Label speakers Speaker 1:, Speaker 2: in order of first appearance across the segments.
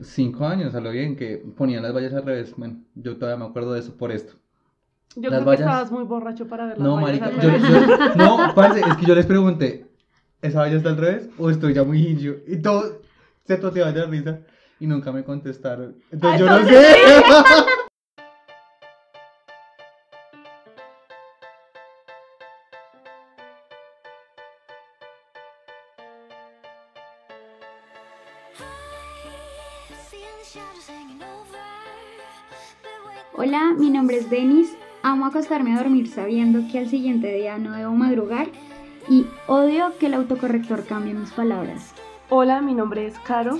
Speaker 1: Cinco años, a lo bien, que ponían las vallas al revés. Bueno, yo todavía me acuerdo de eso por esto.
Speaker 2: Yo
Speaker 1: Las
Speaker 2: creo
Speaker 1: vallas-
Speaker 2: que estabas muy borracho para ver las
Speaker 1: No,
Speaker 2: vallas
Speaker 1: marica,
Speaker 2: al
Speaker 1: yo,
Speaker 2: revés.
Speaker 1: yo- no, parce, es que yo les pregunté, ¿esa valla está al revés o estoy ya muy indio? Y todos se toteaban de risa y nunca me contestaron. Entonces
Speaker 2: Ah,
Speaker 1: yo no
Speaker 2: entonces
Speaker 1: sé.
Speaker 3: Hola, mi nombre es Denis. Amo acostarme a dormir sabiendo que al siguiente día no debo madrugar y odio que el autocorrector cambie mis palabras.
Speaker 2: Hola, mi nombre es Caro.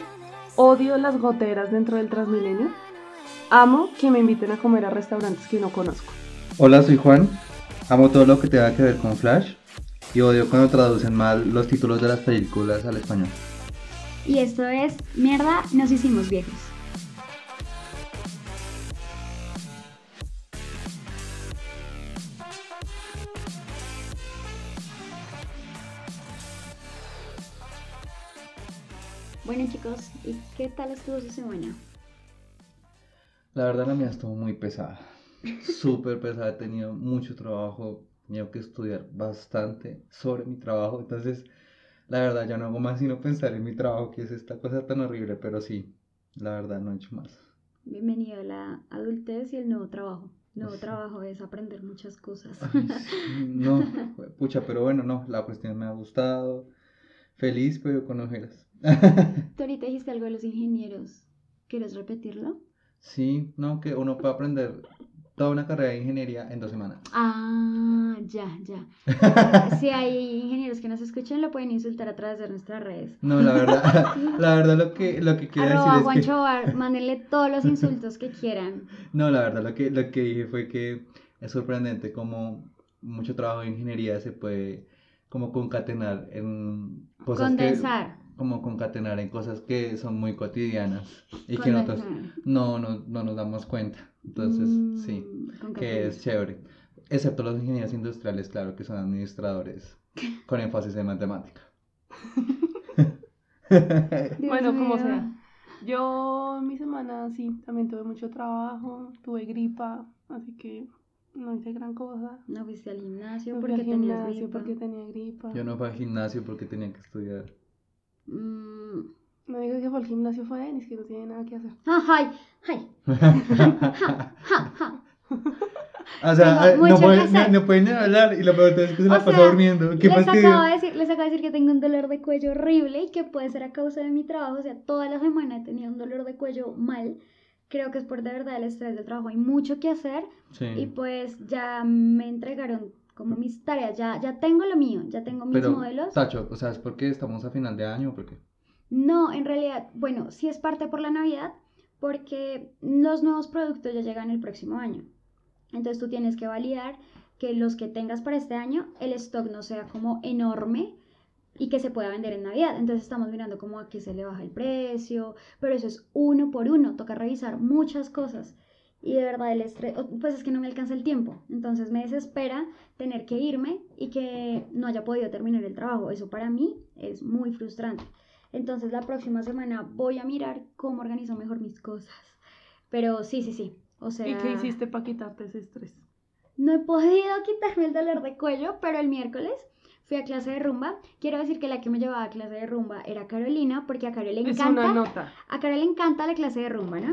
Speaker 2: Odio las goteras dentro del Transmilenio. Amo que me inviten a comer a restaurantes que no conozco.
Speaker 1: Hola, soy Juan. Amo todo lo que tenga que ver con Flash y odio cuando traducen mal los títulos de las películas al español.
Speaker 3: Y esto es Mierda, nos hicimos viejos. Bueno chicos, ¿y qué tal estuvo su semana?
Speaker 1: La verdad, la mía estuvo muy pesada. Súper pesada. He tenido mucho trabajo. Tenía que estudiar bastante sobre mi trabajo. Entonces, la verdad, ya no hago más sino pensar en mi trabajo, que es esta cosa tan horrible. Pero sí, la verdad, no he hecho más.
Speaker 3: Bienvenido a la adultez y el nuevo trabajo. El nuevo
Speaker 1: Sí.
Speaker 3: trabajo es aprender muchas cosas.
Speaker 1: Ay, sí, no, pucha, pero bueno, no. La cuestión me ha gustado. Feliz, pero con ojeras.
Speaker 3: Tú ahorita dijiste algo de los ingenieros. ¿Quieres repetirlo?
Speaker 1: Sí, no, que uno puede aprender toda una carrera de ingeniería en dos semanas.
Speaker 3: Ah, ya, ya. si hay ingenieros que nos escuchan, lo pueden insultar a través de nuestras redes.
Speaker 1: No, la verdad, la verdad, lo que, lo que quiero
Speaker 3: Arroba
Speaker 1: decir es que.
Speaker 3: Juancho Bar, mándenle todos los insultos que quieran.
Speaker 1: No, la verdad, lo que, lo que dije fue que es sorprendente cómo mucho trabajo de ingeniería se puede como concatenar en cosas que-
Speaker 3: Condensar.
Speaker 1: como concatenar en cosas que son muy cotidianas y que nosotros
Speaker 3: condensar.
Speaker 1: no, no, no nos damos cuenta. Entonces, sí,
Speaker 3: Mm, con
Speaker 1: que
Speaker 3: café.
Speaker 1: es chévere. Excepto los ingenieros industriales, claro, que son administradores con énfasis en matemática.
Speaker 3: Dios
Speaker 2: Bueno, como
Speaker 3: mío.
Speaker 2: sea. Yo mi semana sí, también tuve mucho trabajo, tuve gripa, así que no hice gran cosa.
Speaker 3: No fuiste al gimnasio
Speaker 2: No fui
Speaker 3: porque
Speaker 2: al
Speaker 3: tenías
Speaker 2: gimnasio
Speaker 3: gripa.
Speaker 2: porque tenía gripa.
Speaker 1: Yo no fui al gimnasio porque tenía que estudiar.
Speaker 3: Mm.
Speaker 2: No digas que fue al gimnasio, fue Denis, que no tiene nada que hacer.
Speaker 3: Ay, ay, ja, ja.
Speaker 1: O sea,
Speaker 3: Tengo
Speaker 1: eh, no
Speaker 3: mucho que
Speaker 1: pueden, no,
Speaker 3: hacer.
Speaker 1: no pueden ni hablar y la pregunta es que se
Speaker 3: O
Speaker 1: la pasa
Speaker 3: sea,
Speaker 1: durmiendo. ¿Qué
Speaker 3: les,
Speaker 1: más que
Speaker 3: acabo de decir, les acabo de decir que tengo un dolor de cuello horrible y que puede ser a causa de mi trabajo. O sea, toda la semana he tenido un dolor de cuello mal. Creo que es por de verdad el estrés del trabajo. Hay mucho que hacer y
Speaker 1: Sí.
Speaker 3: pues ya me entregaron como mis tareas. Ya, ya tengo lo mío, ya tengo mis
Speaker 1: Pero,
Speaker 3: modelos.
Speaker 1: Tacho, o sea, es porque estamos a final de año, porque
Speaker 3: No, en realidad, bueno, sí es parte por la Navidad porque los nuevos productos ya llegan el próximo año. Entonces tú tienes que validar que los que tengas para este año, el stock no sea como enorme y que se pueda vender en Navidad. Entonces estamos mirando cómo a qué se le baja el precio, pero eso es uno por uno, toca revisar muchas cosas. Y de verdad el estrés, o- pues es que no me alcanza el tiempo. Entonces me desespera tener que irme y que no haya podido terminar el trabajo. Eso para mí es muy frustrante. Entonces la próxima semana voy a mirar cómo organizo mejor mis cosas. Pero sí, sí, sí. O sea,
Speaker 2: ¿Y qué hiciste para quitarte ese estrés?
Speaker 3: no he podido quitarme el dolor de cuello, pero el miércoles fui a clase de rumba. Quiero decir que la que me llevaba a clase de rumba era Carolina, porque a Carol le
Speaker 2: Es
Speaker 3: encanta.
Speaker 2: una nota.
Speaker 3: A Carol le encanta la clase de rumba, ¿no?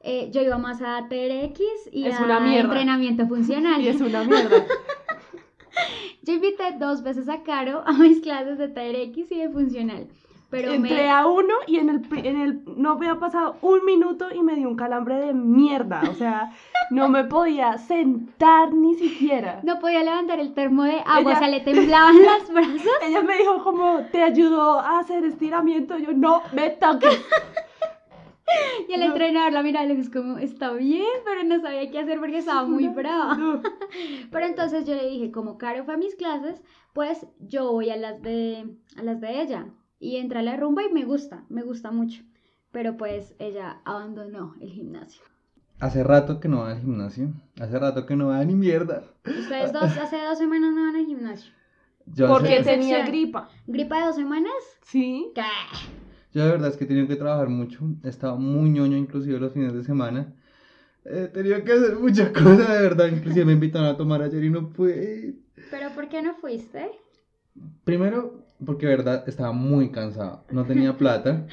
Speaker 3: Eh, yo iba más a TRX y
Speaker 2: Es
Speaker 3: a
Speaker 2: una mierda.
Speaker 3: entrenamiento funcional.
Speaker 2: Y es una mierda.
Speaker 3: Yo invité dos veces a Caro a mis clases de TRX y de funcional. Pero
Speaker 2: Entré
Speaker 3: me...
Speaker 2: a uno y en el, pri- en el no había pasado un minuto y me dio un calambre de mierda. O sea, no me podía sentar ni siquiera.
Speaker 3: No podía levantar el termo de agua,
Speaker 2: Ella-
Speaker 3: o sea, le temblaban los brazos.
Speaker 2: Ella me dijo como, te ayudó a hacer estiramiento. Yo, no, me toques.
Speaker 3: Y el
Speaker 2: No.
Speaker 3: entrenador la miraba y le dijo, como, está bien, pero no sabía qué hacer porque estaba muy brava.
Speaker 2: No.
Speaker 3: Pero entonces yo le dije, como Caro fue a mis clases, pues yo voy a las de, a las de ella. Y entré a la rumba y me gusta, me gusta mucho. Pero pues ella abandonó el gimnasio.
Speaker 1: hace rato que no va al gimnasio, hace rato que no va ni mierda.
Speaker 3: Ustedes dos, hace dos semanas no van al gimnasio.
Speaker 1: Yo
Speaker 2: Porque
Speaker 1: hace-
Speaker 2: tenía
Speaker 3: Excepción.
Speaker 2: gripa.
Speaker 3: ¿Gripa de dos semanas?
Speaker 2: Sí.
Speaker 3: ¿Qué?
Speaker 1: Yo de verdad es que he tenido que trabajar mucho, he estado muy ñoño inclusive los fines de semana. He tenido que hacer muchas cosas, de verdad. Inclusive me invitaron a tomar ayer y no pude.
Speaker 3: ¿Pero por qué no fuiste?
Speaker 1: Primero, porque de verdad estaba muy cansado, no tenía plata.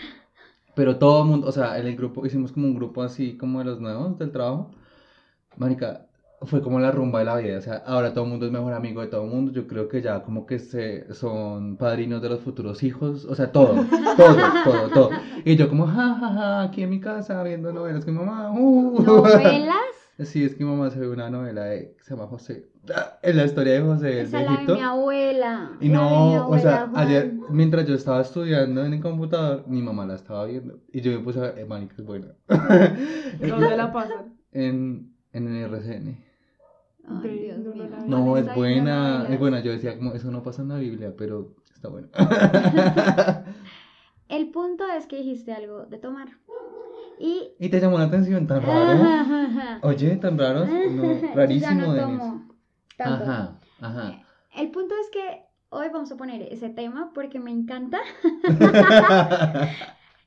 Speaker 1: Pero todo el mundo, o sea, en el grupo, hicimos como un grupo así como de los nuevos del trabajo. Marica, fue como la rumba de la vida. O sea, ahora todo el mundo es mejor amigo de todo el mundo. Yo creo que ya como que se son padrinos de los futuros hijos. O sea, todo, todo, todo, todo. Y yo como, ja, ja, ja, aquí en mi casa viendo novelas con mi mamá. uh".
Speaker 3: ¿Novelas?
Speaker 1: Sí, es que mi mamá se ve una novela de, que se llama José. Es la historia de José el
Speaker 3: Esa
Speaker 1: de
Speaker 3: es la de
Speaker 1: Egipto.
Speaker 3: mi abuela.
Speaker 1: Eh, Y
Speaker 3: la de mi
Speaker 1: no, o
Speaker 3: abuela,
Speaker 1: sea,
Speaker 3: Juan.
Speaker 1: ayer mientras yo estaba estudiando en el computador, mi mamá la estaba viendo. Y yo me puse a ver, eh, marica, es buena.
Speaker 2: ¿Dónde la pasan?
Speaker 1: en, en el RCN.
Speaker 3: Ay,
Speaker 2: de-
Speaker 3: Dios
Speaker 2: no,
Speaker 3: mío.
Speaker 2: no la vi.
Speaker 1: No, es
Speaker 3: Ay, esas
Speaker 1: buena.
Speaker 3: novelas.
Speaker 1: Es buena. Yo decía, como, eso no pasa en la Biblia, pero está buena.
Speaker 3: El punto es que dijiste algo de tomar. Y.
Speaker 1: y te llamó la atención, tan raro. Oye, tan raro. No, rarísimo,
Speaker 3: Yo ya no
Speaker 1: Denis.
Speaker 3: tomo tanto.
Speaker 1: Ajá, ajá.
Speaker 3: El punto es que hoy vamos a poner ese tema porque me encanta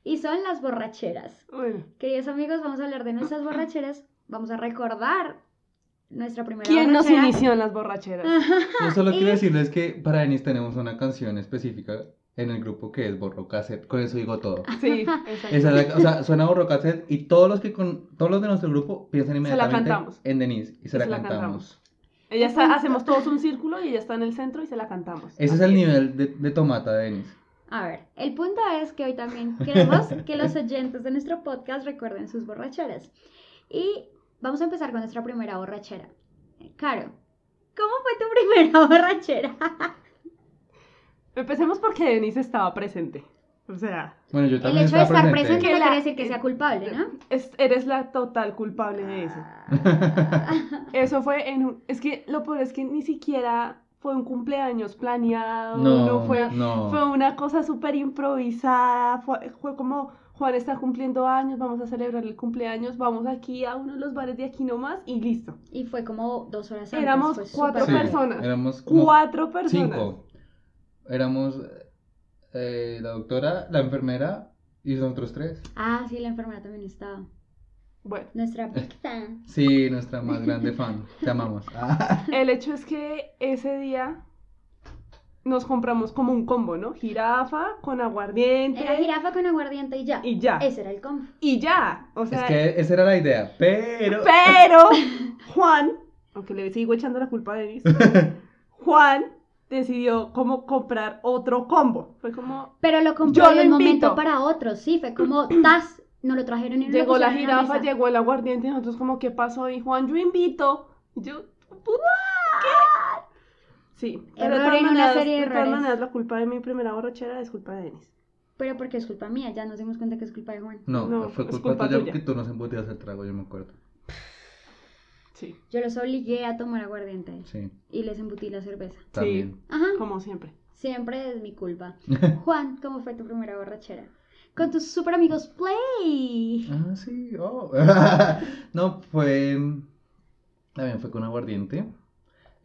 Speaker 3: y son las borracheras.
Speaker 2: Bueno.
Speaker 3: Queridos amigos, vamos a hablar de nuestras borracheras. Vamos a recordar nuestra primera
Speaker 2: ¿Quién nos
Speaker 3: borrachera.
Speaker 2: inició en las borracheras?
Speaker 1: Yo solo
Speaker 3: Y-
Speaker 1: quiero decirles que para Denis tenemos una canción específica en el grupo que es Borro Cassette. Con eso digo todo.
Speaker 2: Sí, exacto.
Speaker 1: Esa es la- o sea, suena Borro Cassette y todos los que con, todos los de nuestro grupo piensan
Speaker 2: la
Speaker 1: inmediatamente
Speaker 2: cantamos.
Speaker 1: en Denise y se, la, cantamos.
Speaker 2: Ella está, hacemos todos un círculo y ella está en el centro y se la cantamos.
Speaker 1: Ese es el nivel de, de tomata de Denise.
Speaker 3: A ver, el punto es que hoy también queremos que los oyentes de nuestro podcast recuerden sus borracheras. Y vamos a empezar con nuestra primera borrachera. Caro, ¿cómo fue tu primera borrachera?
Speaker 2: Empecemos porque Denise estaba presente. O sea,
Speaker 1: Bueno, yo
Speaker 3: El
Speaker 1: también
Speaker 3: hecho de
Speaker 1: estaba
Speaker 3: estar
Speaker 1: presente.
Speaker 3: presente no
Speaker 2: Que la-
Speaker 3: quiere decir que sea culpable, ¿no?
Speaker 2: es- eres la total culpable de eso.
Speaker 3: Ah.
Speaker 2: Eso fue en un... Es que lo peor es que ni siquiera fue un cumpleaños planeado, no,
Speaker 1: No,
Speaker 2: fue...
Speaker 1: no.
Speaker 2: Fue una cosa súper improvisada, fue, fue como Juan está cumpliendo años, vamos a celebrar el cumpleaños, vamos aquí a uno de los bares de aquí nomás y listo.
Speaker 3: Y fue como dos horas antes.
Speaker 2: Éramos
Speaker 3: fue súper
Speaker 2: cuatro
Speaker 3: rápido.
Speaker 2: personas.
Speaker 1: Éramos como
Speaker 2: Cuatro personas.
Speaker 1: cinco. Éramos eh, la doctora, la enfermera y nosotros tres.
Speaker 3: Ah, sí, la enfermera también estaba.
Speaker 2: Bueno,
Speaker 3: Nuestra
Speaker 1: Eh.
Speaker 3: picta.
Speaker 1: Sí, nuestra más grande fan. Te amamos.
Speaker 2: el hecho es que ese día nos compramos como un combo, ¿no? Jirafa con aguardiente
Speaker 3: Era jirafa con aguardiente y ya.
Speaker 2: y ya.
Speaker 3: Ese era el combo.
Speaker 2: Y ya. O sea,
Speaker 1: es que esa era la idea, pero...
Speaker 2: Pero Juan, aunque le sigo echando la culpa a Denis, Juan decidió como comprar otro combo. Fue como
Speaker 3: Pero lo compró
Speaker 2: Yo
Speaker 3: de
Speaker 2: lo
Speaker 3: un momento
Speaker 2: invito.
Speaker 3: para otro, sí, fue como tas, no lo trajeron y no lo
Speaker 2: llegó la
Speaker 3: pusieron en
Speaker 2: jirafa,
Speaker 3: mesa.
Speaker 2: llegó el aguardiente, y nosotros como qué pasó y Juan yo invito. Y yo "Puta, ¿qué?". Sí, pero de
Speaker 3: Error
Speaker 2: todas,
Speaker 3: en una
Speaker 2: maneras,
Speaker 3: serie de
Speaker 2: de todas
Speaker 3: errores.
Speaker 2: maneras, la culpa de mi primera borrachera es culpa de Denis.
Speaker 3: Pero porque es culpa mía, ya nos dimos cuenta que es culpa de Juan.
Speaker 1: No,
Speaker 2: No,
Speaker 1: fue
Speaker 2: es
Speaker 1: culpa,
Speaker 2: culpa
Speaker 1: tuya
Speaker 2: tuya.
Speaker 1: porque tú nos embutías el trago, yo me acuerdo.
Speaker 2: Sí,
Speaker 3: Yo los obligué a tomar aguardiente
Speaker 1: Sí,
Speaker 3: y les embutí la cerveza.
Speaker 1: también.
Speaker 3: Ajá,
Speaker 2: como siempre.
Speaker 3: siempre es mi culpa. Juan, ¿cómo fue tu primera borrachera? Con tus super amigos Play.
Speaker 1: Ah, sí, oh. no, fue. También fue con aguardiente.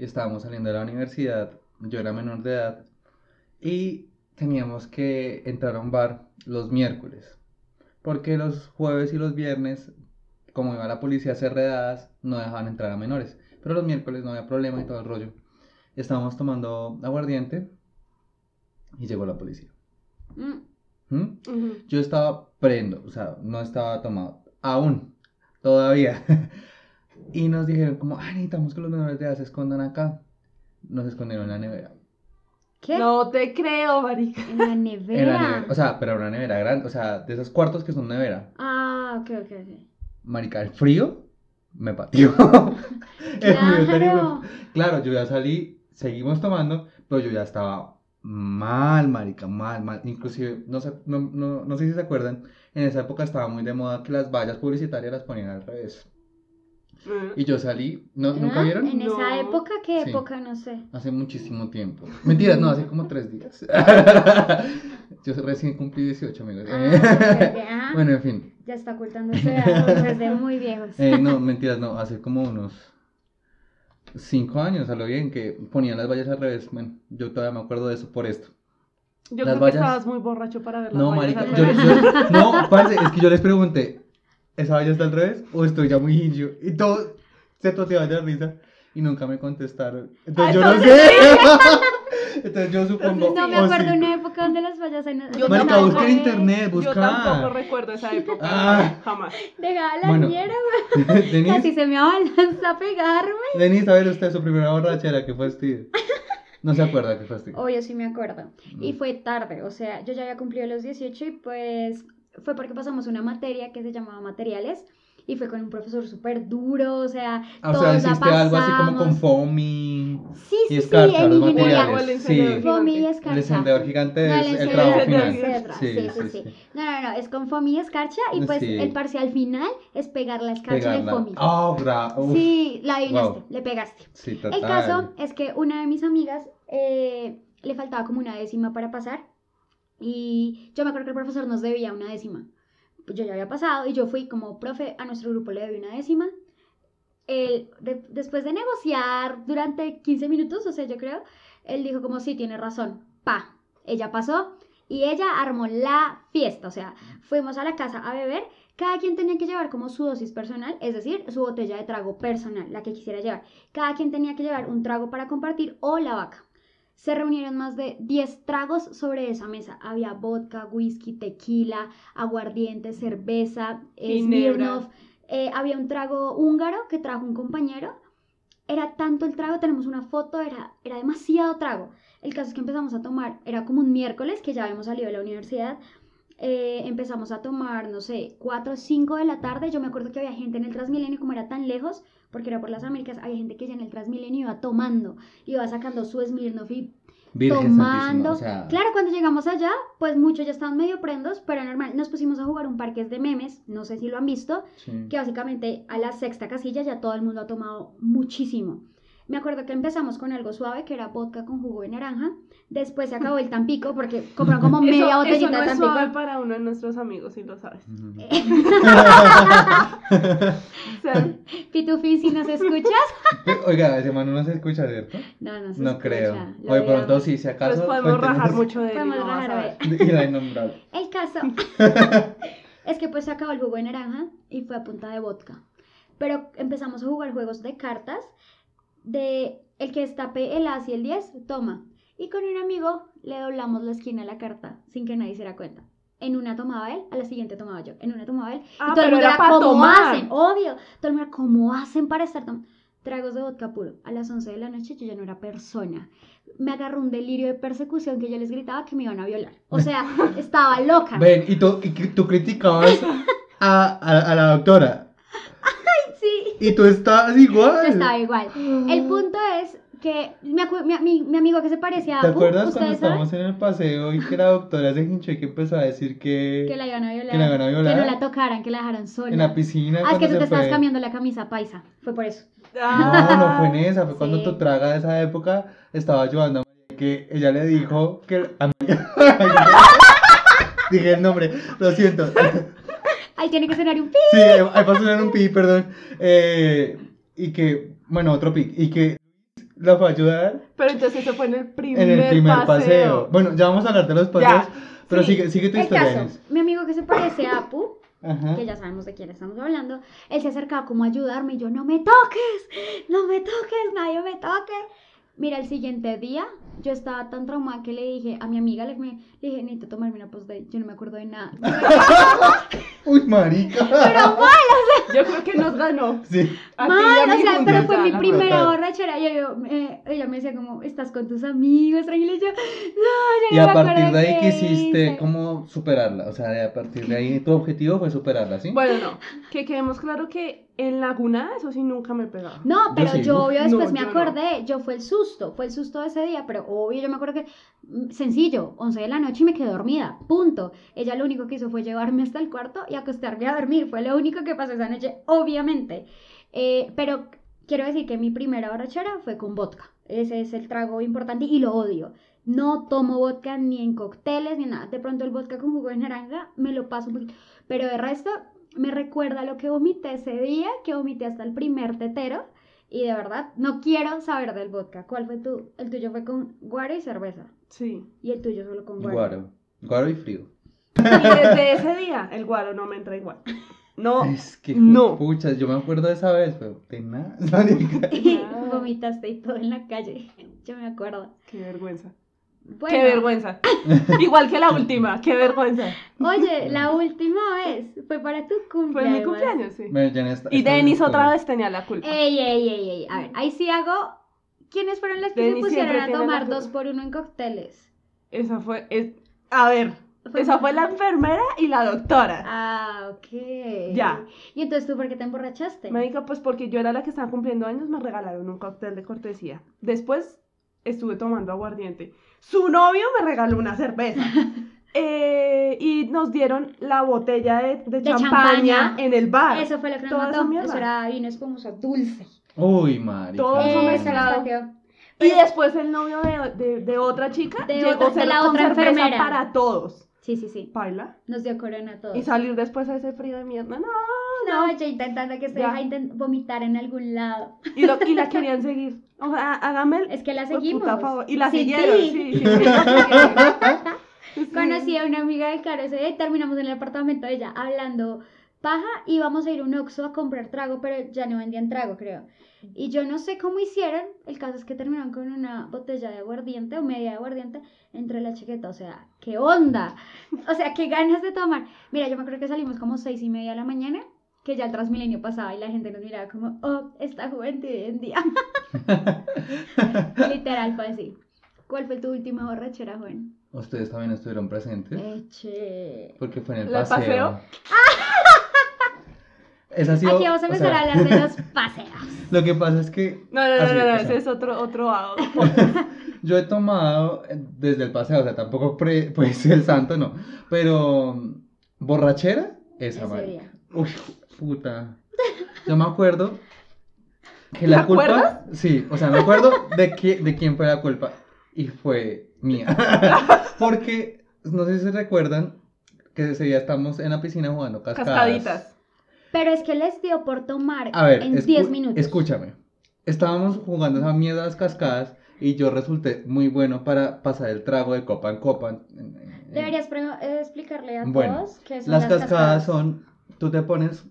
Speaker 1: Y estábamos saliendo de la universidad. Yo era menor de edad. Y teníamos que entrar a un bar los miércoles. Porque los jueves y los viernes, como iba la policía a hacer redadas, no dejaban entrar a menores. Pero los miércoles no había problema y todo el rollo. Estábamos tomando aguardiente. Y llegó la policía.
Speaker 3: Mm,
Speaker 1: ¿Mm?
Speaker 2: Ujú.
Speaker 1: Yo estaba prendo, o sea, no estaba tomado. Aún, todavía. y nos dijeron como, ah, necesitamos que los menores de edad se escondan acá. Nos escondieron en la nevera.
Speaker 3: ¿Qué?
Speaker 2: No te creo, marica.
Speaker 3: En la
Speaker 1: En la
Speaker 3: nevera.
Speaker 1: nevera. O sea, pero una nevera grande, o sea, de esos cuartos que son nevera.
Speaker 3: Ah, ok, ok, ok.
Speaker 1: Marica, el frío me pateó. El frío tenía-
Speaker 3: Claro.
Speaker 1: Claro, yo ya salí, seguimos tomando, pero yo ya estaba mal, marica, mal, mal. Inclusive, no sé, no, no, no sé si se acuerdan, en esa época estaba muy de moda que las vallas publicitarias las ponían al revés. Y yo salí, ¿no, ¿nunca
Speaker 3: Ah,
Speaker 1: vieron?
Speaker 3: En
Speaker 2: No.
Speaker 3: esa época, ¿qué
Speaker 1: Sí.
Speaker 3: época? No sé.
Speaker 1: Hace muchísimo tiempo. Mentira, no, hace como tres días. yo recién cumplí 18, amigos.
Speaker 3: Ah, ok, ok, ajá.
Speaker 1: bueno, en fin.
Speaker 3: Ya está ocultando su edad desde muy viejos.
Speaker 1: Eh, no, mentiras, no, hace como unos cinco años, a lo bien, que ponían las vallas al revés. Bueno, yo todavía me acuerdo de eso por esto.
Speaker 2: Yo
Speaker 1: Las
Speaker 2: creo
Speaker 1: vallas.
Speaker 2: que estabas muy borracho para ver las
Speaker 1: No,
Speaker 2: vallas
Speaker 1: marica,
Speaker 2: al
Speaker 1: yo,
Speaker 2: revés.
Speaker 1: yo- no, parce, es que yo les pregunté, ¿esa valla está al revés o estoy ya muy indio? Y todos se toteaban de risa y nunca me contestaron. Entonces yo no sé. Entonces yo supongo.
Speaker 3: No me
Speaker 1: o
Speaker 3: acuerdo
Speaker 1: sí.
Speaker 3: una época donde las vallas eran.
Speaker 2: Yo
Speaker 1: Marica,
Speaker 2: tampoco.
Speaker 3: eh,
Speaker 1: busca en internet,
Speaker 2: Yo
Speaker 1: busca.
Speaker 2: tampoco recuerdo esa época.
Speaker 1: Ah.
Speaker 2: Jamás.
Speaker 3: Dejaba la
Speaker 1: Bueno.
Speaker 3: mierda, casi
Speaker 1: Denise,
Speaker 3: se me abalanza a pegarme.
Speaker 1: Denise, a ver usted su primera borrachera, qué fastidio. No se acuerda qué fastidio.
Speaker 3: Obvio, sí me acuerdo. Y fue tarde, o sea, yo ya había cumplido los 18 y pues fue porque pasamos una materia que se llamaba materiales y fue con un profesor súper duro, o sea,
Speaker 1: Ah, o
Speaker 3: todos
Speaker 1: sea,
Speaker 3: la
Speaker 1: hiciste algo así como con
Speaker 3: pasamos.
Speaker 1: foaming
Speaker 3: Sí,
Speaker 1: y
Speaker 3: sí, sí,
Speaker 1: escarcha,
Speaker 3: en
Speaker 1: los
Speaker 3: ingeniería.
Speaker 2: O el
Speaker 1: materiales. Sí,
Speaker 2: encendedor.
Speaker 3: Foamy y
Speaker 2: El
Speaker 3: escarcha.
Speaker 1: el encendedor gigante
Speaker 3: No, el
Speaker 1: es el
Speaker 3: encendedor
Speaker 1: trabajo
Speaker 3: es
Speaker 1: final.
Speaker 3: cedra, Sí, sí, sí, No, no, no, es con foamy y escarcha y pues
Speaker 1: Sí.
Speaker 3: el parcial final es pegar la escarcha del
Speaker 1: Pegarla.
Speaker 3: foamy.
Speaker 1: Oh, gra- uf,
Speaker 3: Sí, la adivinaste,
Speaker 1: Wow.
Speaker 3: le pegaste.
Speaker 1: sí,
Speaker 3: El
Speaker 1: total.
Speaker 3: caso es que una de mis amigas eh, le faltaba como una décima para pasar y yo me acuerdo que el profesor nos debía una décima. Pues Yo ya había pasado y yo fui como profe a nuestro grupo le debí una décima. Él, de- después de negociar durante 15 minutos, o sea, yo creo, él dijo como sí, tiene razón, pa, ella pasó y ella armó la fiesta, o sea, fuimos a la casa a beber, cada quien tenía que llevar como su dosis personal, es decir, su botella de trago personal, la que quisiera llevar. Cada quien tenía que llevar un trago para compartir o la vaca. Se reunieron más de 10 tragos sobre esa mesa. Había vodka, whisky, tequila, aguardiente, cerveza, eh,
Speaker 2: Ginebra.
Speaker 3: Smirnoff. Eh, había un trago húngaro que trajo un compañero. Era tanto el trago, tenemos una foto, era, era demasiado trago. El caso es que empezamos a tomar, era como un miércoles que ya habíamos salido de la universidad. eh, empezamos a tomar, no sé, 4 o 5 de la tarde. Yo me acuerdo que había gente en el Transmilenio, como era tan lejos, porque era por las Américas, había gente que ya en el Transmilenio iba tomando, iba sacando su Smirnoff y
Speaker 1: Virgen Santísima,
Speaker 3: tomando.
Speaker 1: o sea,
Speaker 2: Ah.
Speaker 3: Claro, cuando llegamos allá, pues muchos ya estaban medio prendos, pero normal. Nos pusimos a jugar un parques de memes, no sé si lo han visto,
Speaker 1: sí.
Speaker 3: que básicamente a la sexta casilla ya todo el mundo ha tomado muchísimo. Me acuerdo que empezamos con algo suave, que era vodka con jugo de naranja. Después se acabó el tampico, porque compraron como media
Speaker 2: eso,
Speaker 3: botellita
Speaker 2: eso no
Speaker 3: de
Speaker 2: es
Speaker 3: tampico.
Speaker 2: suave para uno de nuestros amigos, si lo sabes.
Speaker 1: Ujú.
Speaker 2: O sea,
Speaker 3: Pitufín, si nos escuchas.
Speaker 1: Pero, Oiga, ese man no se escucha, ¿cierto?
Speaker 3: No, no se
Speaker 1: No
Speaker 3: escucha,
Speaker 1: creo.
Speaker 3: lo
Speaker 1: Hoy pronto
Speaker 3: odiamos.
Speaker 1: sí, si
Speaker 2: pues
Speaker 1: acaso.
Speaker 2: podemos rajar
Speaker 1: cuéntenos-
Speaker 2: mucho de él.
Speaker 3: Podemos
Speaker 2: y no vas a
Speaker 3: rajar
Speaker 2: ver.
Speaker 1: Y la innombrable.
Speaker 3: El caso es que pues se acabó el jugo de naranja y fue a punta de vodka. Pero empezamos a jugar juegos de cartas de el que destape el as y el 10, toma. Y con un amigo le doblamos la esquina a la carta sin que nadie se diera cuenta. En una tomaba él, a la siguiente tomaba yo. En una tomaba él.
Speaker 2: Ah,
Speaker 3: y todo
Speaker 2: pero
Speaker 3: el mundo
Speaker 2: era para
Speaker 3: ¿cómo
Speaker 2: tomar.
Speaker 3: hacen? Obvio. Todo el mundo era, ¿cómo hacen para estar tomando? Tragos de vodka puro. A las 11 de la noche yo ya no era persona. Me agarró un delirio de persecución que yo les gritaba que me iban a violar. O sea, estaba loca.
Speaker 1: Ven, y tú, y que- tú criticabas a, a- a la doctora.
Speaker 3: Sí.
Speaker 1: Y tú estabas
Speaker 3: Yo
Speaker 1: igual.
Speaker 3: estaba igual. El punto es que me acu- mi, mi- mi amigo que se parecía a
Speaker 1: ¿Te
Speaker 3: Apu,
Speaker 1: acuerdas cuando
Speaker 3: ¿ustedes saben?
Speaker 1: estábamos en el paseo y que la doctora se hinchó y que empezó a decir que,
Speaker 3: Que la iban a violar.
Speaker 1: que la iban a violar?
Speaker 3: Que no la tocaran, que la dejaran sola.
Speaker 1: en la piscina?
Speaker 3: Ah, es
Speaker 1: cuando
Speaker 3: que tú te
Speaker 1: se
Speaker 3: estabas
Speaker 1: fue?
Speaker 3: cambiando la camisa paisa. Fue por eso.
Speaker 2: Ah.
Speaker 1: No, no fue en esa, fue
Speaker 3: Ah, Sí.
Speaker 1: cuando tu traga de esa época estaba ayudando a María, que ella le dijo que a María- dije el nombre, lo siento.
Speaker 3: Ahí tiene que sonar un
Speaker 1: Sí, ahí ahí pasó a un pi, perdón. Eh, y que, bueno, otro pi, y que la fue a ayudar
Speaker 2: Pero entonces eso fue en el primer,
Speaker 1: en el primer paseo.
Speaker 2: paseo.
Speaker 1: Bueno, ya vamos a hablar de los paseos,
Speaker 2: Ya.
Speaker 1: pero
Speaker 3: Sí.
Speaker 1: sigue, sigue tu
Speaker 3: El
Speaker 1: historia.
Speaker 3: caso,
Speaker 1: Denise.
Speaker 3: mi amigo que se parece a Apu,
Speaker 1: Ajá.
Speaker 3: que ya sabemos de quién estamos hablando, él se acercaba como a ayudarme y yo, no me toques, no me toques, nadie me toque. Mira, el siguiente día yo estaba tan traumada que le dije a mi amiga, le, me- le dije, necesito tomarme una post yo no me acuerdo de nada.
Speaker 1: Uy, marica.
Speaker 2: Yo creo que nos ganó.
Speaker 1: Sí.
Speaker 2: A ti y a
Speaker 3: Mal, o
Speaker 2: mí
Speaker 3: sea, pero
Speaker 2: juntas,
Speaker 3: fue
Speaker 1: Ah,
Speaker 3: mi
Speaker 2: Ana.
Speaker 3: primera
Speaker 1: Total.
Speaker 3: borrachera. Y yo, eh, ella me decía como, estás con tus amigos, tranquila. Y yo, no, yo no
Speaker 1: Y a
Speaker 3: me acuerdo
Speaker 1: partir de ahí,
Speaker 3: qué
Speaker 1: ¿qué hiciste?
Speaker 3: hice".
Speaker 1: ¿Cómo superarla? O sea, a partir de ahí, tu objetivo fue superarla, ¿sí?
Speaker 2: Bueno, no. Que quedemos claro que en Laguna, eso sí, nunca me pegaba.
Speaker 1: Yo
Speaker 3: No, pero
Speaker 1: sí.
Speaker 3: yo, obvio
Speaker 2: No,
Speaker 3: después me
Speaker 2: yo no.
Speaker 3: acordé, yo fue el susto, fue el susto de ese día, pero obvio yo me acuerdo que mm, sencillo, 11 de la noche y me quedé dormida, punto. Ella lo único que hizo fue llevarme hasta el cuarto y acostarme a dormir, fue lo único que pasó esa noche, obviamente. Eh, pero quiero decir que mi primera borrachera fue con vodka, ese es el trago importante y lo odio. No tomo vodka ni en cócteles ni nada. De pronto el vodka con jugo de naranja me lo paso un poquito. Pero de resto me recuerda lo que vomité ese día, que vomité hasta el primer tetero Y de verdad, no quiero saber del vodka. ¿Cuál fue tu? El tuyo fue con guaro y cerveza.
Speaker 2: Sí.
Speaker 3: Y el tuyo solo con guaro.
Speaker 1: Guaro. Guaro y frío.
Speaker 2: Y desde ese día, el guaro no me entra igual. No.
Speaker 1: Es que,
Speaker 2: no.
Speaker 1: pucha, yo me acuerdo de esa vez, pero tenaz.
Speaker 3: Y
Speaker 2: Ah.
Speaker 3: vomitaste y todo en la calle. Yo me acuerdo.
Speaker 2: Qué vergüenza.
Speaker 3: Bueno,
Speaker 2: Qué vergüenza. igual que la última, qué vergüenza.
Speaker 3: Oye, la última vez fue para tu cumpleaños.
Speaker 2: Fue mi cumpleaños, sí.
Speaker 1: Bueno, ya en esta-
Speaker 2: Y
Speaker 1: esta
Speaker 2: Denis
Speaker 1: vez-
Speaker 2: otra vez tenía la culpa.
Speaker 3: Ey, ey, ey, ey. A ver, ahí sí hago. ¿Quiénes fueron las que
Speaker 2: Denis
Speaker 3: se pusieron
Speaker 2: siempre
Speaker 3: a
Speaker 2: tiene la
Speaker 3: tomar
Speaker 2: culpa.
Speaker 3: dos por uno en cócteles?
Speaker 2: Esa fue. es- a ver, esa fue la enfermera y la doctora.
Speaker 3: Ah, ok.
Speaker 2: Ya.
Speaker 3: ¿Y entonces tú por qué te emborrachaste?
Speaker 2: Médica, pues porque yo era la que estaba cumpliendo años, me regalaron un cóctel de cortesía. Después estuve tomando aguardiente. Su novio me regaló una cerveza. Eh, y nos dieron la botella de, de
Speaker 3: De
Speaker 2: champaña,
Speaker 3: champaña.
Speaker 2: en el bar.
Speaker 3: Eso fue lo que nos
Speaker 2: Toda esa
Speaker 3: mató.
Speaker 2: mierda.
Speaker 3: Eso era vino espumoso dulce.
Speaker 1: Uy, marica.
Speaker 2: Todo eso me
Speaker 3: Eso nos
Speaker 2: mezclado.
Speaker 3: pateó.
Speaker 2: Y después el novio de, de- de otra chica
Speaker 3: De
Speaker 2: llegó
Speaker 3: otra- de
Speaker 2: cer-
Speaker 3: la
Speaker 2: con
Speaker 3: otra
Speaker 2: cerveza
Speaker 3: enfermera.
Speaker 2: para todos.
Speaker 3: Sí, sí, sí.
Speaker 2: Paila.
Speaker 3: Nos dio corona a todos.
Speaker 2: Y salir después a ese frío de mierda. No, no.
Speaker 3: No, yo intentando que se
Speaker 2: Ya.
Speaker 3: deja intent- vomitar en algún lado.
Speaker 2: Y, lo- y la querían seguir. O sea, hágame el
Speaker 3: Es que la
Speaker 2: Fue
Speaker 3: seguimos.
Speaker 2: puta favor. Y la
Speaker 3: Sí,
Speaker 2: siguieron,
Speaker 3: sí.
Speaker 2: sí, sí, sí, la siguieron.
Speaker 3: Conocí a una amiga de Caro ese día y terminamos en el apartamento de ella hablando paja y íbamos a ir a un Oxxo a comprar trago, pero ya no vendían trago, creo. Y yo no sé cómo hicieron, el caso es que terminaron con una botella de aguardiente o media de aguardiente entre la chaqueta, o sea, qué onda, o sea, qué ganas de tomar. Mira, yo me acuerdo que salimos como seis y media de la mañana, que ya el Transmilenio pasaba y la gente nos miraba como, oh, esta juventud hoy en día. Literal fue así. ¿Cuál fue tu última borrachera, Juan?
Speaker 1: Ustedes también estuvieron presentes.
Speaker 3: Eche.
Speaker 1: Porque fue en el
Speaker 2: Eh, ¿La
Speaker 1: paseo.
Speaker 2: paseo?
Speaker 1: Esa ha sido-
Speaker 3: Aquí vamos a
Speaker 1: o
Speaker 3: empezar
Speaker 1: sea,
Speaker 3: a hablar de los paseos.
Speaker 1: Lo que pasa es que.
Speaker 2: No, no, no,
Speaker 1: así,
Speaker 2: no, no,
Speaker 1: o sea,
Speaker 2: ese es otro, otro lado.
Speaker 1: Yo he tomado eh, desde el paseo, o sea, tampoco pre- pues el santo no. Pero. mm, ¿Borrachera? Esa,
Speaker 3: Ese
Speaker 1: marica.
Speaker 3: día.
Speaker 1: Uy, puta. Yo me acuerdo que
Speaker 2: ¿Te
Speaker 1: la culpa.
Speaker 2: acuerdas?
Speaker 1: Sí, o sea, me acuerdo de, qué- de quién fue la culpa. Y fue mía. Porque, no sé si se recuerdan, que ese día estamos en la piscina jugando cascadas.
Speaker 2: Cascaditas.
Speaker 3: Pero es que les dio por tomar
Speaker 1: A ver,
Speaker 3: en
Speaker 1: escu-
Speaker 3: 10 minutos.
Speaker 1: escúchame. Estábamos jugando esa mierda de las cascadas y yo resulté muy bueno para pasar el trago de copa en copa.
Speaker 3: Deberías pre- eh, explicarle a
Speaker 1: Bueno,
Speaker 3: todos qué son
Speaker 1: Las
Speaker 3: las
Speaker 1: cascadas son, tú te pones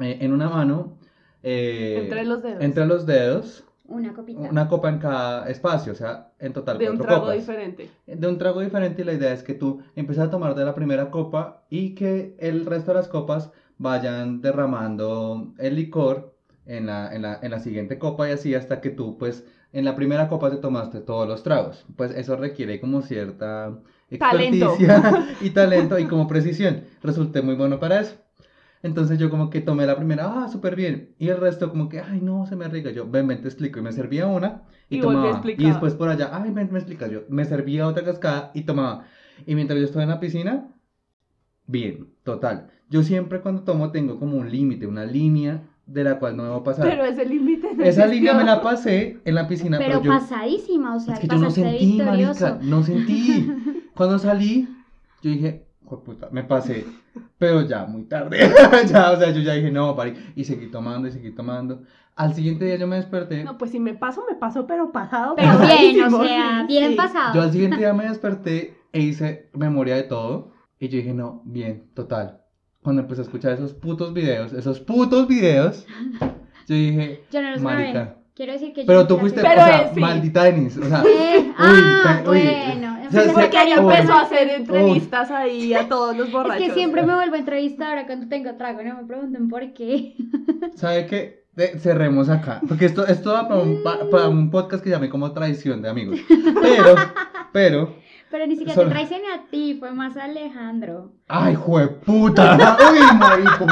Speaker 1: eh, en una mano, eh,
Speaker 2: Entre los dedos.
Speaker 1: entre los dedos,
Speaker 3: Una copita.
Speaker 1: una copa en cada espacio, o sea, en total
Speaker 2: de un
Speaker 1: cuatro
Speaker 2: trago
Speaker 1: copas.
Speaker 2: diferente.
Speaker 1: De un trago diferente y la idea es que tú empieces a tomar de la primera copa y que el resto de las copas vayan derramando el licor en la, en la, en la siguiente copa y así hasta que tú pues en la primera copa te tomaste todos los tragos. Pues eso requiere como cierta
Speaker 2: Talento.
Speaker 1: experticia y talento y como precisión. Resulté muy bueno para eso. Entonces yo como que tomé la primera, ah, súper bien. Y el resto como que, ay, no, se me riega. Yo, ven, ven, te explico. Y me servía una y,
Speaker 2: Y volví a
Speaker 1: tomaba. Y
Speaker 2: explicar.
Speaker 1: después por allá, ay, ven, me explicas. Yo me servía otra cascada y tomaba. Y mientras yo estaba en la piscina, bien, total. Yo siempre cuando tomo tengo como un límite, una línea de la cual no debo pasar.
Speaker 2: Pero ese límite no
Speaker 1: Esa
Speaker 2: existió.
Speaker 1: línea me la pasé en la piscina,
Speaker 3: pero
Speaker 1: pero, yo...
Speaker 3: pasadísima, o sea,
Speaker 1: Es que yo no
Speaker 3: pasaste
Speaker 1: sentí,
Speaker 3: victorioso.
Speaker 1: marica, no sentí. Cuando salí, yo dije, puta, me pasé. Pero ya, muy tarde. ya, o sea, yo ya dije, no, pari. Y seguí tomando y seguí tomando. Al siguiente día yo me desperté.
Speaker 2: No, pues si me paso, me paso, pero pasado.
Speaker 3: Pero bien,
Speaker 2: pasadísimo.
Speaker 3: o sea, bien
Speaker 2: Sí.
Speaker 3: pasado.
Speaker 1: Yo al siguiente día me desperté e hice memoria de todo. Y yo dije, no, bien, total. Cuando empecé a escuchar esos putos videos, esos putos videos, yo dije,
Speaker 3: Yo no los grabé.
Speaker 1: marica.
Speaker 3: Quiero decir que yo
Speaker 1: Pero
Speaker 3: no
Speaker 1: tú
Speaker 3: la
Speaker 1: fuiste,
Speaker 2: Pero
Speaker 1: o sea,
Speaker 2: él sí.
Speaker 1: maldita Denis. O sea,
Speaker 3: Eh, ah,
Speaker 1: pe- uy.
Speaker 3: bueno.
Speaker 1: O sea,
Speaker 3: Empecé a
Speaker 2: Porque
Speaker 3: sacar
Speaker 2: ella
Speaker 1: Uy.
Speaker 2: empezó a hacer
Speaker 3: Es
Speaker 2: entrevistas ahí a todos los borrachos.
Speaker 3: que siempre me vuelvo entrevistadora cuando tengo trago, no me pregunten por qué.
Speaker 1: ¿Sabe qué? De- cerremos acá. Porque esto, esto va para un, pa- para un podcast que llamé como traición de amigos. Pero, pero.
Speaker 3: Pero ni siquiera
Speaker 1: Solo-
Speaker 3: te traicioné a ti, fue más a Alejandro.
Speaker 1: ¡Ay, jueputa! ¡Uy, marico!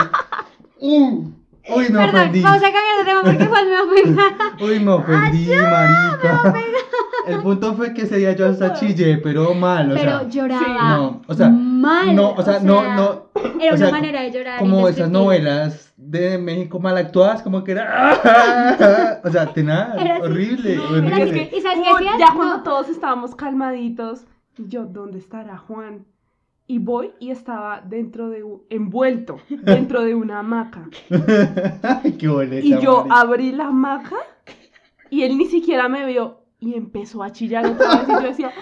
Speaker 1: ¡Uh! ¡Uy, me
Speaker 3: Perdón,
Speaker 1: ofendí!
Speaker 3: vamos a cambiar de tema porque Juan me va a pegar.
Speaker 1: ¡Uy, me ofendí, marica! El punto fue que ese día yo hasta chillé, pero mal, o
Speaker 3: Pero
Speaker 1: sea.
Speaker 3: lloraba.
Speaker 1: No, o sea,
Speaker 3: mal.
Speaker 1: no, o sea, no, no.
Speaker 3: Era
Speaker 1: o sea,
Speaker 3: una manera de llorar.
Speaker 1: Como esas
Speaker 3: indescriptible.
Speaker 1: novelas de México mal actuadas, como que era. O sea, tenaz,
Speaker 3: Era así.
Speaker 1: horrible,
Speaker 3: Era
Speaker 1: horrible.
Speaker 3: así que- ¿Y sabes qué
Speaker 2: Uy,
Speaker 3: hacías?
Speaker 2: Ya cuando
Speaker 3: No.
Speaker 2: todos estábamos calmaditos, y yo, ¿dónde estará Juan? y voy y estaba dentro de un, envuelto dentro de una hamaca.
Speaker 1: Ay, qué boleta.
Speaker 2: Y yo
Speaker 1: marica.
Speaker 2: abrí la hamaca y él ni siquiera me vio y empezó a chillar otra vez y yo decía,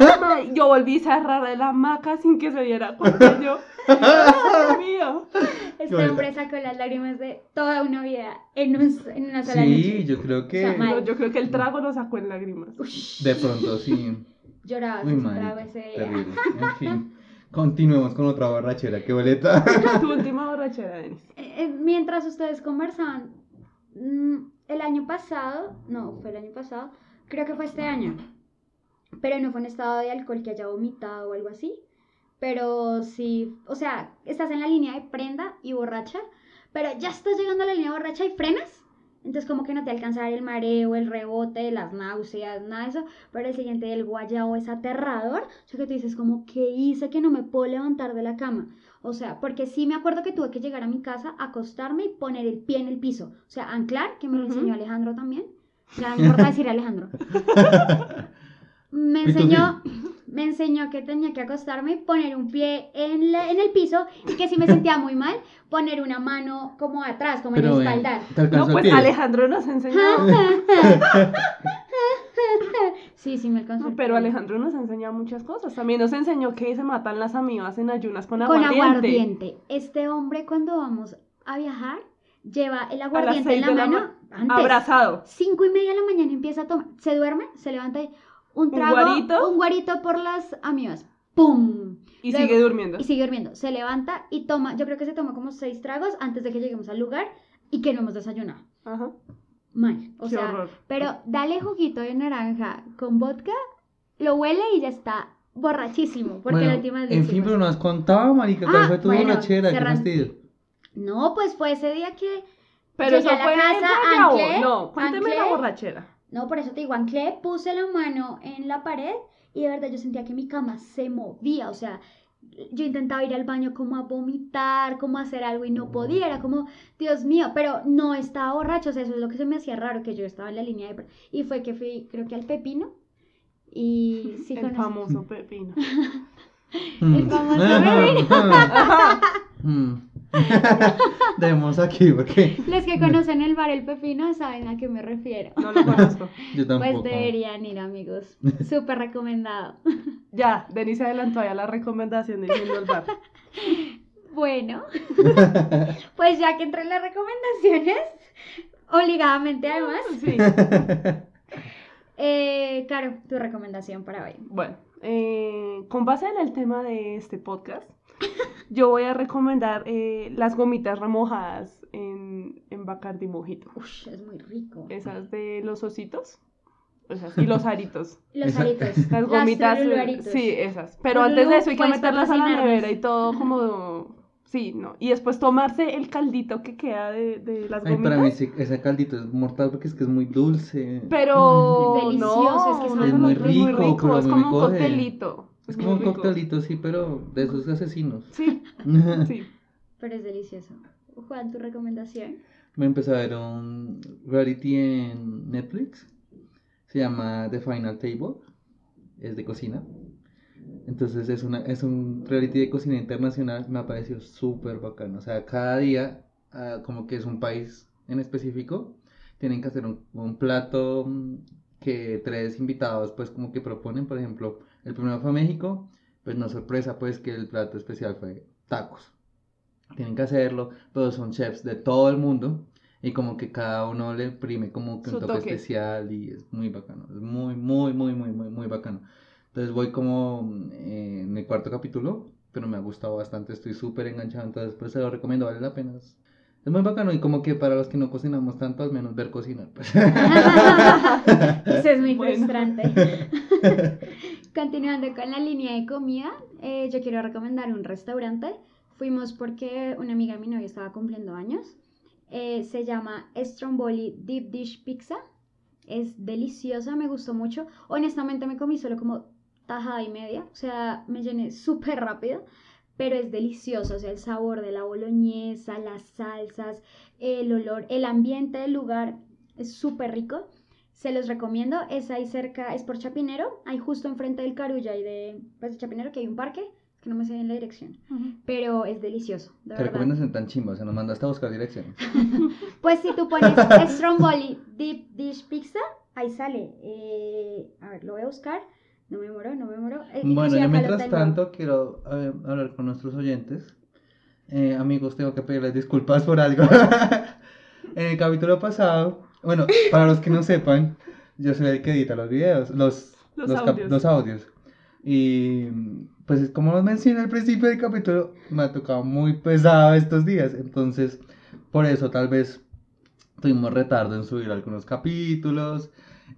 Speaker 2: "Mamá", y yo volví a cerrar la hamaca sin que se diera cuenta y yo, "Dios mío".
Speaker 3: Este
Speaker 1: bonita.
Speaker 3: hombre sacó las lágrimas de toda una vida en, un- en una sola
Speaker 1: Sí,
Speaker 3: noche.
Speaker 1: yo creo que
Speaker 3: O sea, mal.
Speaker 2: Yo, yo creo que el trago nos sacó en lágrimas.
Speaker 3: Ush,
Speaker 1: de pronto sí.
Speaker 3: Lloraba
Speaker 1: Uy,
Speaker 3: ese
Speaker 1: marica,
Speaker 3: trago ese día.
Speaker 1: terrible. En fin, continuemos con otra borrachera. Qué boleta.
Speaker 2: Tu última borrachera, Denis.
Speaker 3: Eh, eh, mientras ustedes conversaban, mm, el año pasado, no, fue el año pasado, creo que fue este año, pero no fue un estado de alcohol que haya vomitado o algo así, pero sí, o sea, estás en la línea de prenda y borracha, pero ya estás llegando a la línea borracha y frenas. Entonces como que no te alcanza a dar el mareo, el rebote, las náuseas, nada de eso. Pero el siguiente del guayao es aterrador. O sea que tú dices como, ¿qué hice que no me puedo levantar de la cama? O sea, porque sí me acuerdo que tuve que llegar a mi casa, acostarme y poner el pie en el piso. O sea, anclar, que me lo
Speaker 2: Ujú.
Speaker 3: enseñó Alejandro también. Ya no importa decir Alejandro. Me
Speaker 1: Pito
Speaker 3: enseñó, me enseñó que tenía que acostarme y poner un pie en, la- en el piso y que si me sentía muy mal, poner una mano como atrás, como en
Speaker 1: Pero
Speaker 3: la
Speaker 1: eh,
Speaker 3: espalda.
Speaker 1: te
Speaker 2: No,
Speaker 1: alcanzó el
Speaker 2: pues
Speaker 1: pie.
Speaker 2: Alejandro nos enseñó.
Speaker 3: Ah, Sí, sí, me alcanzó.
Speaker 2: No,
Speaker 3: el
Speaker 2: Pero
Speaker 3: pie.
Speaker 2: Alejandro nos enseñó muchas cosas. También nos enseñó que se matan las amigas en ayunas con
Speaker 3: Con
Speaker 2: aguardiente.
Speaker 3: aguardiente. Este hombre cuando vamos a viajar lleva el aguardiente en
Speaker 2: seis
Speaker 3: la
Speaker 2: de la
Speaker 3: mano.
Speaker 2: ma-
Speaker 3: antes.
Speaker 2: Abrazado.
Speaker 3: Cinco y media de la mañana empieza a tomar. Se duerme, se levanta y un trago,
Speaker 2: guarito?
Speaker 3: un guarito por las amigas. ¡Pum!
Speaker 2: Y
Speaker 3: Luego-
Speaker 2: sigue durmiendo.
Speaker 3: Y sigue durmiendo. Se levanta y toma, yo creo que se toma como seis tragos antes de que lleguemos al lugar y que no hemos desayunado.
Speaker 2: Ajá.
Speaker 3: Mal. O
Speaker 2: Qué
Speaker 3: sea,
Speaker 2: horror.
Speaker 3: pero dale juguito de naranja con vodka, lo huele y ya está borrachísimo. Porque
Speaker 1: Bueno,
Speaker 3: la última vez lo
Speaker 1: En fin,
Speaker 3: hicimos.
Speaker 1: pero no has contado, marica, cuál
Speaker 3: Ah,
Speaker 1: fue tu
Speaker 3: bueno,
Speaker 1: borrachera, qué
Speaker 3: cerrando.
Speaker 1: fastidio.
Speaker 3: No, pues fue ese día que.
Speaker 2: Pero
Speaker 3: Llegué
Speaker 2: eso
Speaker 3: a la
Speaker 2: fue en
Speaker 3: casa,
Speaker 2: Guayabo.
Speaker 3: anclé,
Speaker 2: No, cuénteme la
Speaker 3: anclé.
Speaker 2: borrachera.
Speaker 3: No, por eso te digo, anclé, puse la mano en la pared y de verdad yo sentía que mi cama se movía. O sea, yo intentaba ir al baño como a vomitar, como a hacer algo y no podía. Era como, Dios mío, pero no estaba borracho. O sea, eso es lo que se me hacía raro, que yo estaba en la línea de. pre- Y fue que fui, creo que al Pepino. Y sí,
Speaker 2: el
Speaker 3: conocí-
Speaker 2: famoso pepino.
Speaker 3: El famoso bebé.
Speaker 1: Mm. Demos aquí porque
Speaker 3: Los que conocen el bar El Pepino saben a qué me refiero.
Speaker 2: No lo conozco.
Speaker 1: yo tampoco.
Speaker 3: Pues deberían ir, amigos. Súper recomendado.
Speaker 2: Ya, Denis se adelantó ya la recomendación de diciendo el bar.
Speaker 3: Bueno, pues ya que entré en las recomendaciones, obligadamente además,
Speaker 2: Sí.
Speaker 3: eh, Caro, tu recomendación para hoy.
Speaker 2: Bueno, eh, con base en el tema de este podcast, yo voy a recomendar eh, las gomitas remojadas en, en Bacardi Mojito.
Speaker 3: Ush, es muy rico.
Speaker 2: Esas de los ositos. Esas, y los aritos.
Speaker 3: Los
Speaker 1: Esa-
Speaker 3: aritos.
Speaker 2: Las gomitas. eh,
Speaker 3: tulularitos.
Speaker 2: sí, esas. Pero
Speaker 3: Lulú,
Speaker 2: antes de eso hay que
Speaker 3: puedes
Speaker 2: meterlas a la
Speaker 3: patrocinarnos.
Speaker 2: nevera y todo como... Sí, no. Y después tomarse el caldito que queda de, de las
Speaker 1: Ay, para mí
Speaker 2: gomitas.
Speaker 1: ese, ese caldito es mortal porque es que es muy dulce. Mm.
Speaker 2: Pero
Speaker 3: Mm. Es delicioso,
Speaker 2: no,
Speaker 3: es que es
Speaker 2: uno
Speaker 1: muy-
Speaker 2: se lo-
Speaker 1: muy
Speaker 2: es muy
Speaker 1: rico, pero
Speaker 2: rico, es
Speaker 1: me
Speaker 2: como un
Speaker 1: coge.
Speaker 2: coctelito.
Speaker 1: es
Speaker 2: muy
Speaker 1: como un
Speaker 2: rico.
Speaker 1: coctelito, sí, pero de esos asesinos.
Speaker 2: Sí, sí.
Speaker 3: Pero es delicioso. Juan, tu recomendación.
Speaker 1: Me empezó a ver un reality en Netflix. Se llama The Final Table. Es de cocina. Entonces es, una, es un reality de cocina internacional. Me ha parecido súper bacano. O sea, cada día, ah, como que es un país en específico, tienen que hacer un, un plato mm, que tres invitados pues como que proponen. Por ejemplo, el primero fue México. Pues no sorpresa pues que el plato especial fue tacos tienen que hacerlo, pero son chefs de todo el mundo y como que cada uno le imprime como que un
Speaker 2: Su
Speaker 1: toque,
Speaker 2: toque.
Speaker 1: especial y es muy bacano, es muy, muy, muy, muy, muy, muy bacano. Entonces voy como eh, en el cuarto capítulo, pero me ha gustado bastante, estoy súper enganchado, entonces pues se lo recomiendo, vale la pena. Es es muy bacano y como que para los que no cocinamos tanto, al menos ver cocinar. pues.
Speaker 3: Eso es muy
Speaker 2: Bueno.
Speaker 3: frustrante. Continuando con la línea de comida, eh, yo quiero recomendar un restaurante. Fuimos porque una amiga de mi novia estaba cumpliendo años. Eh, se llama Stromboli Deep Dish Pizza. Es deliciosa, me gustó mucho. Honestamente me comí solo como tajada y media, o sea, me llené súper rápido, pero es delicioso, o sea, el sabor de la boloñesa, las salsas, el olor, el ambiente del lugar es súper rico. Se los recomiendo, es ahí cerca, es por Chapinero, ahí justo enfrente del Carulla y de, pues, de Chapinero, que hay un parque, que no me sé bien la dirección, pero es delicioso, de
Speaker 1: Te
Speaker 3: verdad.
Speaker 1: recomiendas en tan chimba, o sea, nos mandaste a buscar dirección.
Speaker 3: Pues si tú pones Stromboli Deep Dish Pizza, ahí sale. Eh, a ver, lo voy a buscar. No me moro, no me moro. Eh,
Speaker 1: Bueno,
Speaker 3: sí,
Speaker 1: yo
Speaker 3: acá lo
Speaker 1: mientras
Speaker 3: tengo.
Speaker 1: tanto quiero eh, hablar con nuestros oyentes. Eh, amigos, tengo que pedirles disculpas por algo. en el capítulo pasado, bueno, para los que no sepan, yo soy el que edita los videos, los,
Speaker 2: Los
Speaker 1: cap-
Speaker 2: audios.
Speaker 1: los audios. Y pues es como los mencioné al principio del capítulo, me ha tocado muy pesado estos días. Entonces, por eso tal vez tuvimos retardo en subir algunos capítulos.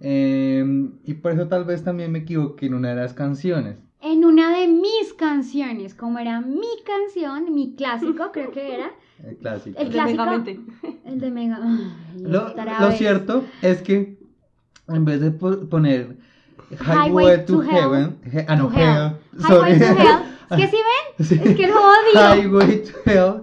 Speaker 1: eh, y por eso tal vez también me equivoqué en una de las canciones.
Speaker 3: En una de mis canciones, como era mi canción, mi clásico, creo que era,
Speaker 1: El clásico.
Speaker 3: El
Speaker 2: De
Speaker 3: clásico.
Speaker 2: Megamente.
Speaker 3: el de Mega. Ay,
Speaker 1: Lo,
Speaker 3: otra
Speaker 1: lo
Speaker 3: vez.
Speaker 1: cierto es que en vez de po- poner Highway, to, Heaven, he- ah, no,
Speaker 3: To hell.
Speaker 1: hell, sorry. Ah,
Speaker 3: Highway to hell. Es que si ven,
Speaker 1: Sí.
Speaker 3: es que lo odio.
Speaker 1: Highway to Hell,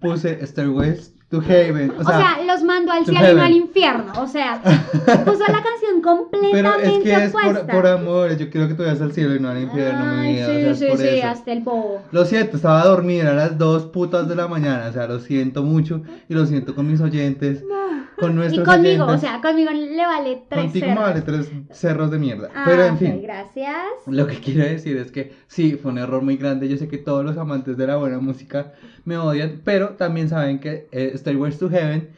Speaker 1: puse Stairways to Heaven. O
Speaker 3: O
Speaker 1: sea,
Speaker 3: sea, los mando al
Speaker 1: to
Speaker 3: cielo y no al
Speaker 1: heaven.
Speaker 3: infierno. O sea, puso la canción completamente
Speaker 1: pero es que es por,
Speaker 3: opuesta.
Speaker 1: por amor. Yo quiero que tú vayas al cielo y no al infierno. mi
Speaker 3: Ay,
Speaker 1: vida, o sea,
Speaker 3: sí,
Speaker 1: es
Speaker 3: sí,
Speaker 1: por
Speaker 3: sí,
Speaker 1: eso.
Speaker 3: hasta el bobo.
Speaker 1: Lo siento, estaba dormida a las dos putas de la mañana. O sea, lo siento mucho y lo siento con mis oyentes, con
Speaker 3: Y
Speaker 1: nuestros
Speaker 3: conmigo,
Speaker 1: oyentes.
Speaker 3: o sea, conmigo le vale tres
Speaker 1: Contigo me
Speaker 3: cerros.
Speaker 1: vale tres cerros de mierda.
Speaker 3: Ah,
Speaker 1: Pero en
Speaker 3: ok,
Speaker 1: fin.
Speaker 3: gracias.
Speaker 1: Lo que quiero decir es que sí, fue un error muy grande. Yo sé que todos los amantes de la buena música me odian, pero también saben que eh, Stairways to Heaven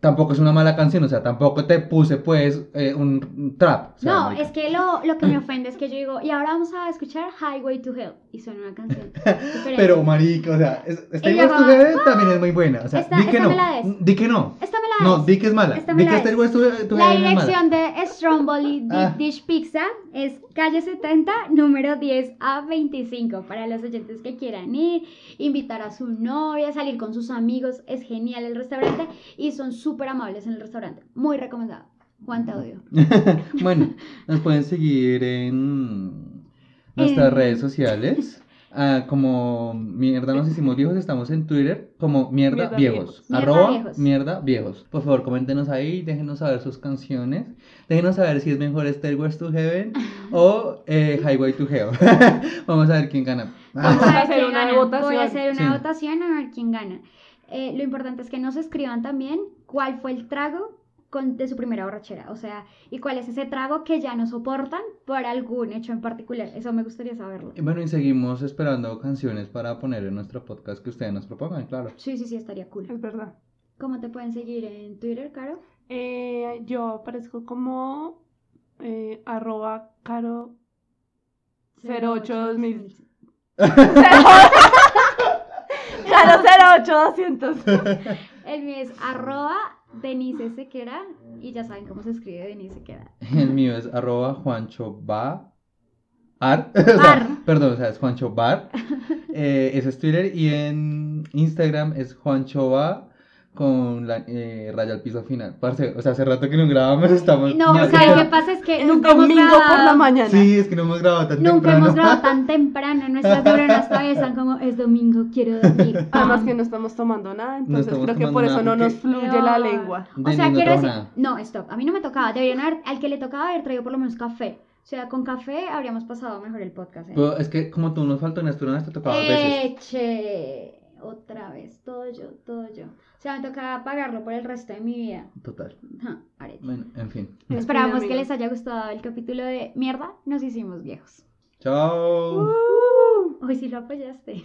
Speaker 1: tampoco es una mala canción, o sea, tampoco te puse pues eh, un trap. o sea,
Speaker 3: No,
Speaker 1: marica.
Speaker 3: es que lo, lo que me ofende es que yo digo, y ahora vamos a escuchar Highway to Hell. Y suena una canción. diferente.
Speaker 1: Pero marica, o sea, es- Stairways to
Speaker 3: va,
Speaker 1: Heaven también es muy buena, o sea,
Speaker 3: Esta-
Speaker 1: di que
Speaker 3: esta
Speaker 1: no,
Speaker 3: me la des.
Speaker 1: di que no.
Speaker 3: Esta me la
Speaker 1: No,
Speaker 3: des.
Speaker 1: di que es mala.
Speaker 3: Esta me
Speaker 1: Di
Speaker 3: la
Speaker 1: que
Speaker 3: des.
Speaker 1: Stairways to, to
Speaker 3: La
Speaker 1: Heaven es mala.
Speaker 3: dirección de Stromboli Deep
Speaker 1: Ah.
Speaker 3: Dish Pizza es calle 70, número 10 a 25. Para los oyentes que quieran ir, invitar a su novia, salir con sus amigos. Es genial el restaurante y son súper amables en el restaurante. Muy recomendado. Juan, te odio.
Speaker 1: bueno, nos pueden seguir en nuestras
Speaker 3: En-
Speaker 1: redes sociales. ah, como mierda nos hicimos viejos, estamos en Twitter como mierda,
Speaker 2: Mierda
Speaker 1: viejos.
Speaker 2: viejos.
Speaker 3: Mierda
Speaker 1: Arroba
Speaker 3: viejos.
Speaker 1: mierda viejos. Por favor, coméntenos ahí, déjenos saber sus canciones. Déjenos saber si es mejor Stairways to Heaven o eh, Highway to Hell. Vamos a ver quién gana.
Speaker 2: Vamos a
Speaker 3: ver
Speaker 2: hacer
Speaker 3: quién
Speaker 2: una
Speaker 3: gana.
Speaker 2: votación.
Speaker 3: Voy a hacer una
Speaker 1: Sí.
Speaker 3: votación a ver quién gana. Eh, lo importante es que nos escriban también cuál fue el trago con, de su primera borrachera. O sea, y cuál es ese trago que ya no soportan por algún hecho en particular. Eso me gustaría saberlo.
Speaker 1: Y bueno, y seguimos esperando canciones para poner en nuestro podcast que ustedes nos propongan, claro.
Speaker 3: Sí, sí, sí, estaría cool.
Speaker 2: Es verdad.
Speaker 3: ¿Cómo te pueden seguir en Twitter, Caro?
Speaker 2: Eh, yo aparezco como eh, arroba caro 08 2000. caro 08200.
Speaker 3: El mío es arroba Denise Sequera. Y ya saben cómo se escribe Denise Sequera.
Speaker 1: El mío es arroba Juancho Ba- Ar. O
Speaker 3: Bar.
Speaker 1: sea, perdón, o sea, es Juancho Bar. Eh, ese es Twitter. Y en Instagram es Juancho Ba con la eh, raya al piso final. Parce, o sea, hace rato que no grabamos, estamos.
Speaker 3: No,
Speaker 1: mal.
Speaker 3: o sea, ¿qué pasa? Es que
Speaker 2: El
Speaker 3: nunca hemos
Speaker 2: domingo por la
Speaker 3: grabado-
Speaker 2: mañana.
Speaker 1: Sí, es que no hemos grabado tan
Speaker 3: Nunca
Speaker 1: temprano.
Speaker 3: hemos grabado tan temprano, nuestras neuronas todavía están como, es domingo, quiero dormir. pam".
Speaker 2: Además que no estamos tomando nada, entonces
Speaker 1: estamos
Speaker 2: creo que
Speaker 1: tomando
Speaker 2: por
Speaker 1: nada,
Speaker 2: eso no nos
Speaker 1: porque-
Speaker 2: fluye la lengua.
Speaker 3: O
Speaker 1: De
Speaker 3: sea,
Speaker 1: ningún
Speaker 3: quiero
Speaker 1: otro
Speaker 3: decir,
Speaker 1: nada.
Speaker 3: no, stop, a mí no me tocaba, deberían haber, al que le tocaba haber traído por lo menos café. O sea, con café habríamos pasado mejor el podcast. ¿eh?
Speaker 1: Pero es que como tú nos faltonas, tú no has tocado dos veces.
Speaker 3: Eche, Eh, otra vez, todo yo, todo yo. O sea, me tocaba pagarlo por el resto de mi vida.
Speaker 1: Total.
Speaker 3: Ajá, arete.
Speaker 1: Bueno, en fin.
Speaker 2: En fin,
Speaker 3: Esperamos que
Speaker 2: amigos.
Speaker 3: les haya gustado el capítulo de Mierda, nos hicimos viejos.
Speaker 1: Chao.
Speaker 2: Uh.
Speaker 3: Hoy sí lo apoyaste.